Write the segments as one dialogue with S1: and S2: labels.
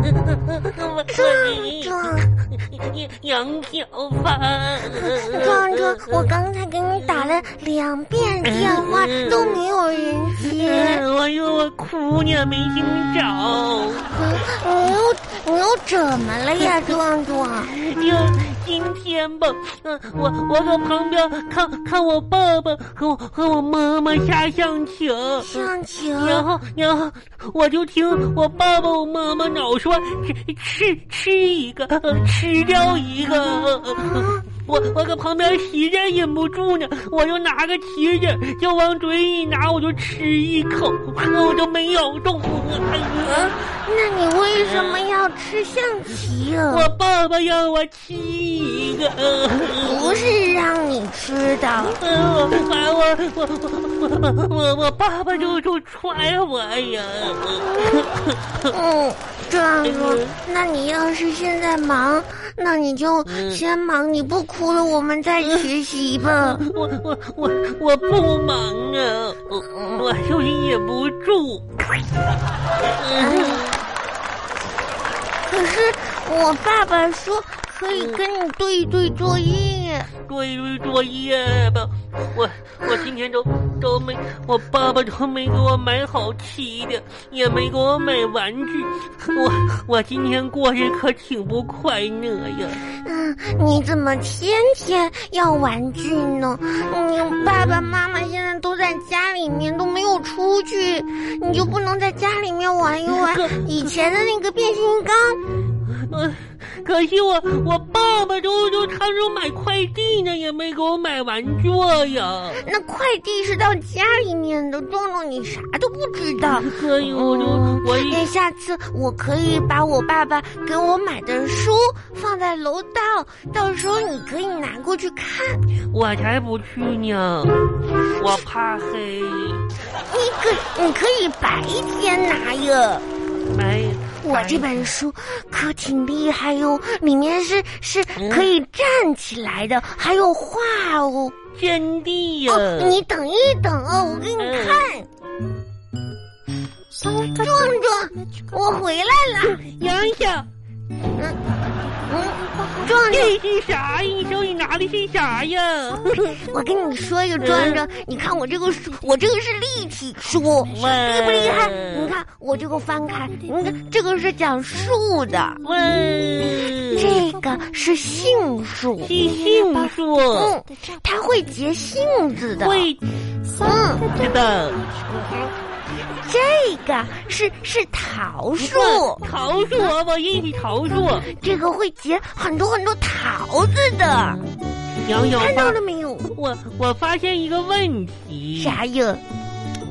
S1: 我
S2: 壮
S1: 和你
S2: 壮，
S1: 杨小凡，
S2: 壮壮，
S1: 嗯
S2: 我刚才给你打了两遍电话
S1: 嗯
S2: 都没有人接，
S1: 嗯我说我姑娘没听着，
S2: 你又你又怎么了呀，壮壮？
S1: 就今天吧，嗯，我我在旁边看看我爸爸和我和我妈妈下象棋。
S2: 向晴，
S1: 然后，然后我就听我爸爸、我妈妈老说吃吃吃一个，呃吃掉一个。呃我我搁旁边实在忍不住呢，我就拿个棋子就往嘴里拿，我就吃一口，我就没咬动。哎呀，
S2: 那你为什么要吃象棋啊？
S1: 我爸爸让我吃一个，呃
S2: 不是让你吃的，
S1: 呃我我我我我我我爸爸就就踹我，哎呀！
S2: 嗯，壮壮
S1: 嗯，
S2: 那你要是现在忙，那你就先忙，你不哭了，我们再学习吧。
S1: 我我我我不忙啊，我我就是忍不住。
S2: 哎可是我爸爸说可以跟你对一对作业，
S1: 做一堆作业吧，我我今天都都没，我爸爸都没给我买好吃的，也没给我买玩具，我我今天过得可挺不快乐呀。
S2: 嗯，你怎么天天要玩具呢？你爸爸妈妈现在都在家里面，都没有出去，你就不能在家里面玩一玩
S1: 可
S2: 以前的那个变形金刚？
S1: 呃，可惜我我爸爸都都他说买快递呢，也没给我买玩具呀。
S2: 那快递是到家里面的，壮壮你啥都不知道。
S1: 所以我就
S2: 哦
S1: 我一
S2: 那哎下次我可以把我爸爸给我买的书放在楼道，到时候你可以拿过去看。
S1: 我才不去呢，我怕黑。
S2: 你可你可以白天拿呀。
S1: 哎，
S2: 我这
S1: 白
S2: 本书可挺厉害哟，里面是是
S1: 嗯
S2: 可以站起来的，还有画哦。
S1: 真的呀、
S2: 哦，你等一等哦，我给你
S1: 嗯
S2: 看。嗯壮壮，我回来了。
S1: 杨小，
S2: 嗯，壮壮，
S1: 这是啥哎呀？你手里拿的是啥呀？
S2: 嗯 我跟你说一个壮壮，
S1: 嗯
S2: 你看我这个书，我这个是立体书，厉
S1: 哇
S2: 不厉害？你看我这个翻开，你看这个是讲树的，
S1: 问
S2: 这个是杏树，
S1: 嗯是杏树，
S2: 嗯，它会结杏子的。
S1: 会
S2: 嗯，
S1: 知道
S2: 这个是是桃树，
S1: 桃树，我认识桃树。
S2: 这个会结很多很多桃子的，
S1: 杨小
S2: 看到
S1: 发，
S2: 了没有？
S1: 我我发现一个问题，
S2: 啥呀？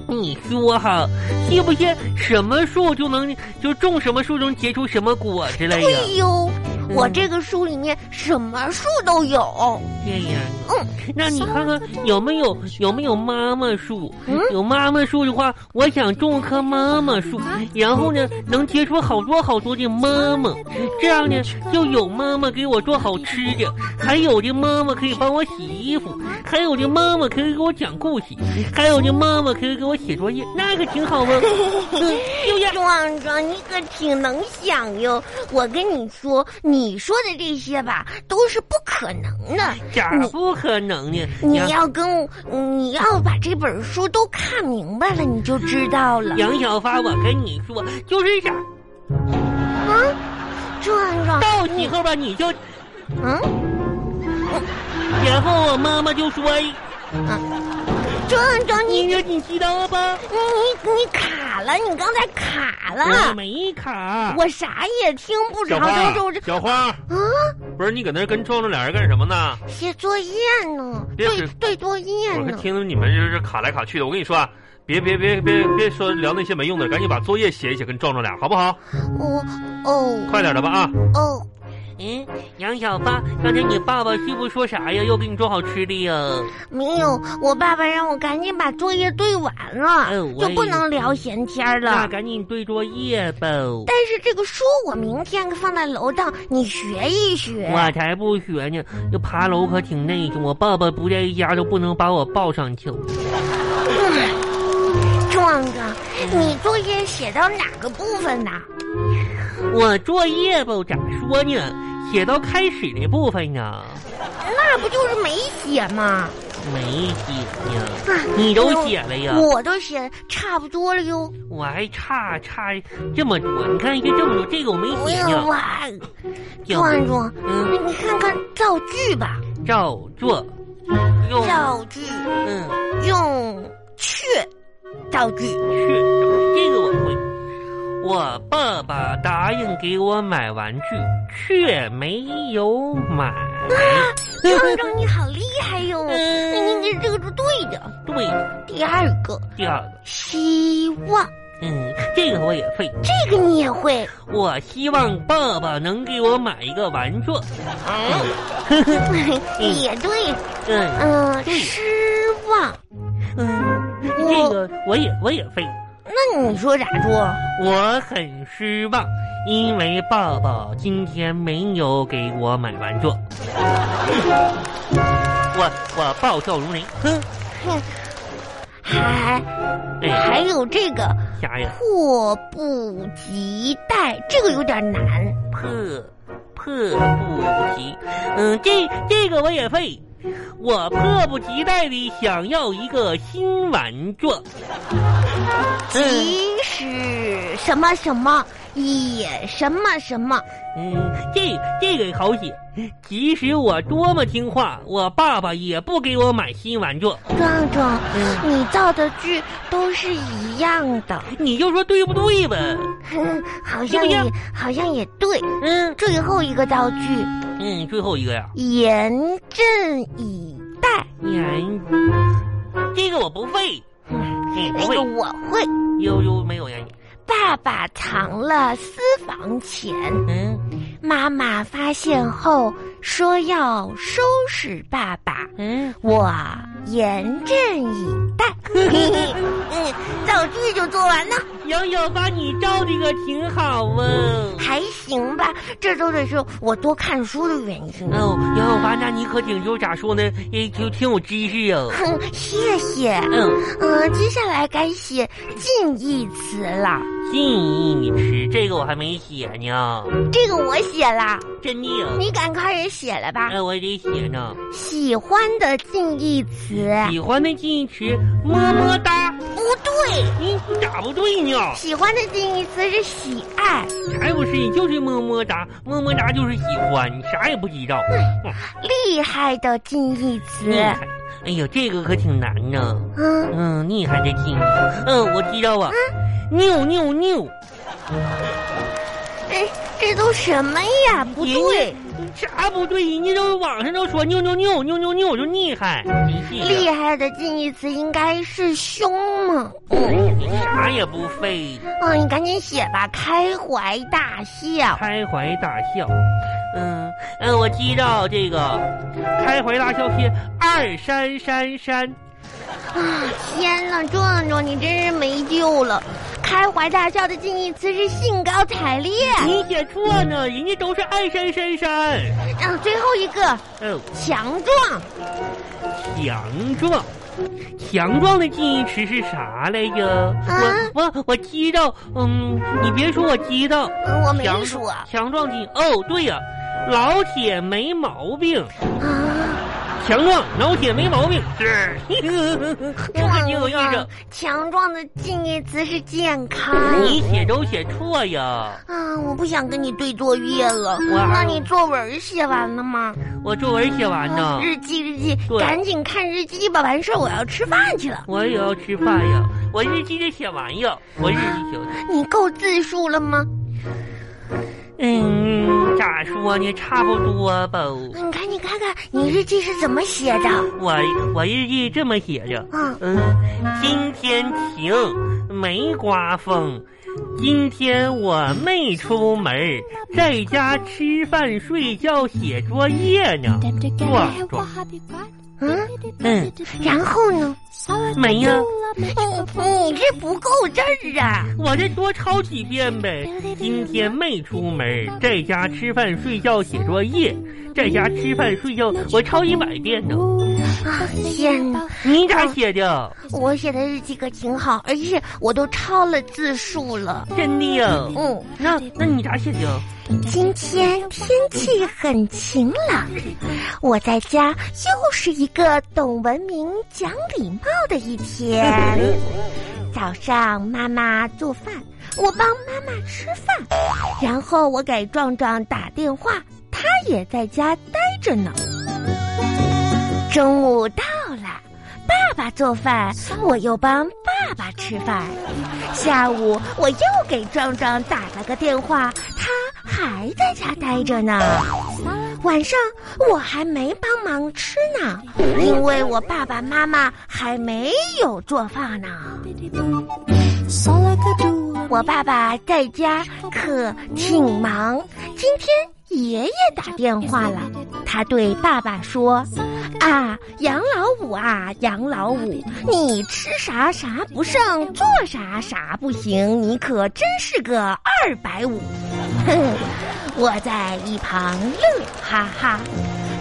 S1: 你说哈，是不是什么树就能就种什么树就能结出什么果之类的？
S2: 对哟，
S1: 嗯
S2: 我这个书里面什么树都有。
S1: 这样啊，
S2: 嗯
S1: 那你看看有没有有没有妈妈树？
S2: 嗯
S1: 有妈妈树的话，我想种棵妈妈树，
S2: 啊
S1: 然后呢，能结出好多好多的妈妈，这样呢，
S2: 嗯
S1: 就有妈妈给我做好吃的，还有的妈妈可以帮我洗衣服，
S2: 嗯
S1: 还有的妈妈可以给我讲故事，还有的妈妈可以给我写作业，那个挺 好吗？嗯就这 样。
S2: 壮壮，你可挺能想哟！我跟你说，你说的这些吧，都是不可能的。
S3: 哎
S1: 咋不可能呢？
S2: 你
S1: 杨
S2: 要跟我，你要把这本书都看明白了，你就知道了。
S1: 杨小发，我跟你说，就是啥，
S2: 嗯壮壮，
S1: 到以后吧，你就
S2: 嗯，
S1: 然后我妈妈就说哎
S2: 壮：“壮，啊你
S1: 你说你知道吧？
S2: 你你你卡了，你刚才卡
S1: 我
S2: 了，
S1: 没卡，
S2: 我啥也听不着
S3: 哎小花，，
S2: 就是
S3: 小花，
S2: 啊，
S3: 不是你搁那儿跟壮壮俩人干什么呢？
S2: 写作业呢，
S3: 别
S2: 对
S3: 使
S2: 对作业
S3: 我是
S2: 呢。
S3: 听着你们就是卡来卡去的。我跟你说啊，别别别别别说聊那些没用的，赶紧把作业写一写，跟壮壮俩好不好？
S2: 我哦
S3: 快点的吧啊！
S2: 哦，
S1: 嗯，杨小发，刚才你爸爸是不是说啥呀？又给你做好吃的呀？
S2: 没有，我爸爸让我赶紧把作业对完了，
S1: 哎我
S2: 就
S1: 也
S2: 不能聊闲天儿
S1: 那
S2: 了。
S1: 赶紧对作业吧。
S2: 但是这个书我明天放在楼道，你学一学。
S1: 我才不学呢，这爬楼可挺累的。我爸爸不在家都不能把我抱上去。嗯
S2: 壮壮，你作业写到哪个部分呢？
S1: 我作业吧，咋说呢？写到开始的部分呢，
S2: 那不就是没写吗？
S1: 没写呢。
S2: 啊，
S1: 你都写了呀？
S2: 我都写得差不多了哟。
S1: 我还差差这么多，你看这这么多，这个我没
S2: 哎
S1: 写
S2: 呀
S1: 呢。
S2: 哇，
S1: 要不
S2: 壮壮，
S1: 嗯，
S2: 你看看造句吧，
S1: 照做，用
S2: 造句
S1: 嗯
S2: 用去造句。
S1: 去，这个我会。我爸爸答应给我买玩具，却没有买。
S2: 壮壮，你好厉害哟！那
S1: 嗯，
S2: 你这个是对的。
S1: 对，
S2: 第二个，
S1: 第二个，
S2: 希望，
S1: 嗯，这个我也会。
S2: 这个你 也会。
S1: 我希望爸爸能给我买一个玩具。
S2: 也对，
S1: 嗯
S2: 嗯，失望。
S1: 嗯，这个我也我也会。
S2: 那你说咋说？
S1: 我很失望，因为爸爸今天没有给我买玩具。 我我暴跳如雷， 哼，
S2: 还
S1: 哎，
S2: 还有这个
S1: 啥呀？
S2: 迫不及待，这个有点难。
S1: 迫迫不及，嗯，这这个我也会。我迫不及待地想要一个新玩具。嗯
S2: 即使什么什么也什么什么，
S1: 嗯，这这个好写。即使我多么听话，我爸爸也不给我买新玩具。
S2: 壮壮，
S1: 嗯，
S2: 你造的句都是一样的，
S1: 你就说对不对吧？
S2: 哼，好
S1: 这个
S2: 像也
S1: 样
S2: 好像也对。
S1: 嗯
S2: 最后一个造句，
S1: 嗯，最后一个呀，
S2: 严阵以待，
S1: 言，这个我不会，嗯，
S2: 那
S1: 不会
S2: 个，哎我会。
S1: 悠悠没有言语，
S2: 爸爸藏了私房钱，
S1: 嗯
S2: 妈妈发现后说要收拾爸爸，
S1: 嗯，
S2: 我严阵以 待。嗯，造句就做完了，
S1: 杨小发你照的可挺好哦。
S2: 还行吧？这都得是我多看书的原因。
S1: 哦，杨小发，那你可挺就咋说呢？也就挺有知识哦。
S2: 哼，谢谢。
S1: 嗯，
S2: 嗯，接下来该写近义词了，
S1: 信义你吃这个我还没写呢，
S2: 这个我写了，
S1: 真的。啊
S2: 你赶快也写了吧。
S1: 哎，我还得写呢。
S2: 喜欢的近义词，
S1: 喜欢的近义词，么么哒。
S2: 不对。
S1: 你咋不对呢？
S2: 喜欢的近义词是喜爱。
S1: 啥也不是，你就是么么哒，么么哒就是喜欢，你啥也不知道。
S2: 厉害的近义词，
S1: 厉害！哎呀，这个可挺难呢。
S2: 嗯，
S1: 嗯，厉害的记忆。嗯，我知道啊。扭扭扭，
S2: 这哎这都什么呀？不对，
S1: 啥不对？人家都网上都说扭扭扭扭扭扭就厉害，没戏
S2: 厉害的近义词应该是凶猛。
S1: 你啥也不会，
S2: 嗯，你赶紧写吧，开怀大笑。
S1: 开怀大笑。嗯嗯，我知道这个，开怀大笑是二三三三。
S2: 啊天呐，壮壮，你真是没救了！开怀大笑的近义词是兴高采烈。
S1: 你写错呢，人家都是二三三三。
S2: 嗯，最后一个
S1: 哦，
S2: 强壮，
S1: 强壮，强壮的近义词是啥来着？
S2: 啊
S1: 我我我知道，嗯，你别说，我知道，
S2: 嗯，我没
S1: 强
S2: 说啊，
S1: 强壮近义哦，对呀、老铁没毛病，强壮，老铁没毛病，是，这个挺有意思
S2: 壮。啊强壮的近义词是健康。
S1: 你写都写错呀，
S2: 啊，我不想跟你对作业了。
S1: 哇
S2: 那你作文写完了吗？
S1: 我作文写完呢
S2: 啊，日记日记，
S1: 对
S2: 赶紧看日记吧，完事儿我要吃饭去了。
S1: 我也要吃饭呀，我日记得写完呀，我日记写完。
S2: 你够字数了吗？
S1: 嗯，咋说呢，差不多吧。
S2: 你看，你嗯看看，你日记是怎么写的？
S1: 我我日记这么写着，
S2: 啊，
S1: 嗯，今天晴，没刮风。今天我没出门儿，在家吃饭、睡觉、写作业呢。
S3: 啊
S1: 壮壮，
S2: 嗯，
S1: 嗯，
S2: 然后呢？
S1: 美呀、
S2: 你你这不够字儿啊！
S1: 我再多抄几遍呗。今天没出门儿，在家吃饭、睡觉、写作业，在家吃饭、睡觉，我抄一百遍呢。
S2: 啊，天哪！
S1: 你咋写的？
S2: 我写的日记可挺好，而且我都抄了字数了。
S1: 真的呀？
S2: 嗯，
S1: 那那你咋写的？
S2: 今天天气很晴朗，我在家又是一个懂文明、讲礼貌的一天。早上妈妈做饭，我帮妈妈吃饭，然后我给壮壮打电话，他也在家待着呢。中午到了，爸爸做饭，我又帮爸爸吃饭。下午我又给壮壮打了个电话，他还在家待着呢。晚上我还没帮忙吃呢，因为我爸爸妈妈还没有做饭呢。我爸爸在家可挺忙，今天爷爷打电话了，他对爸爸说：“啊，杨老五啊，杨老五，你吃啥啥不剩，做啥啥不行，你可真是个二百五。” 哼，我在一旁乐哈哈。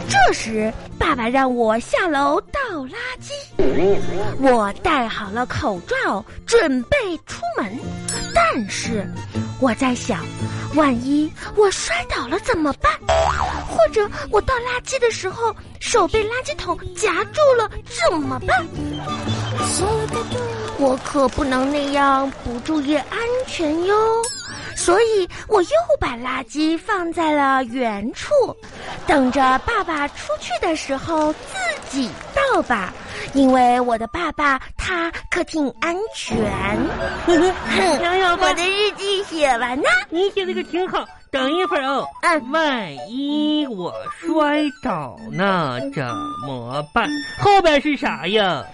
S2: 这时，爸爸让我下楼倒垃圾，我戴好了口罩，准备出门。但是，我在想，万一我摔倒了怎么办？或者我倒垃圾的时候手被垃圾桶夹住了怎么办？我可不能那样不注意安全哟。所以我又把垃圾放在了原处，等着爸爸出去的时候自己倒吧，因为我的爸爸他可挺安 全。
S1: 想想吧
S2: 我，的日记写完啦，
S1: 你写的可挺好。等一会儿哦，
S2: 嗯
S1: 万一我摔倒呢，怎么办？后边是啥呀？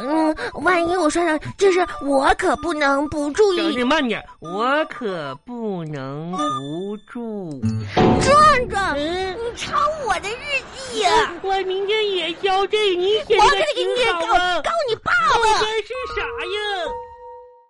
S2: 嗯，万一我摔倒，就是我可不能不注
S1: 小
S2: 意。
S1: 心慢点，我可不能不住。
S2: 壮壮，
S1: 嗯
S2: 你嗯抄我的日记哎呀、
S1: 我明 天也交这，你写
S2: 我
S1: 的
S2: 可得给你
S1: 挺
S2: 告
S1: 好啊。
S2: 告你爸
S1: 后
S2: 爸。
S1: 边是啥呀？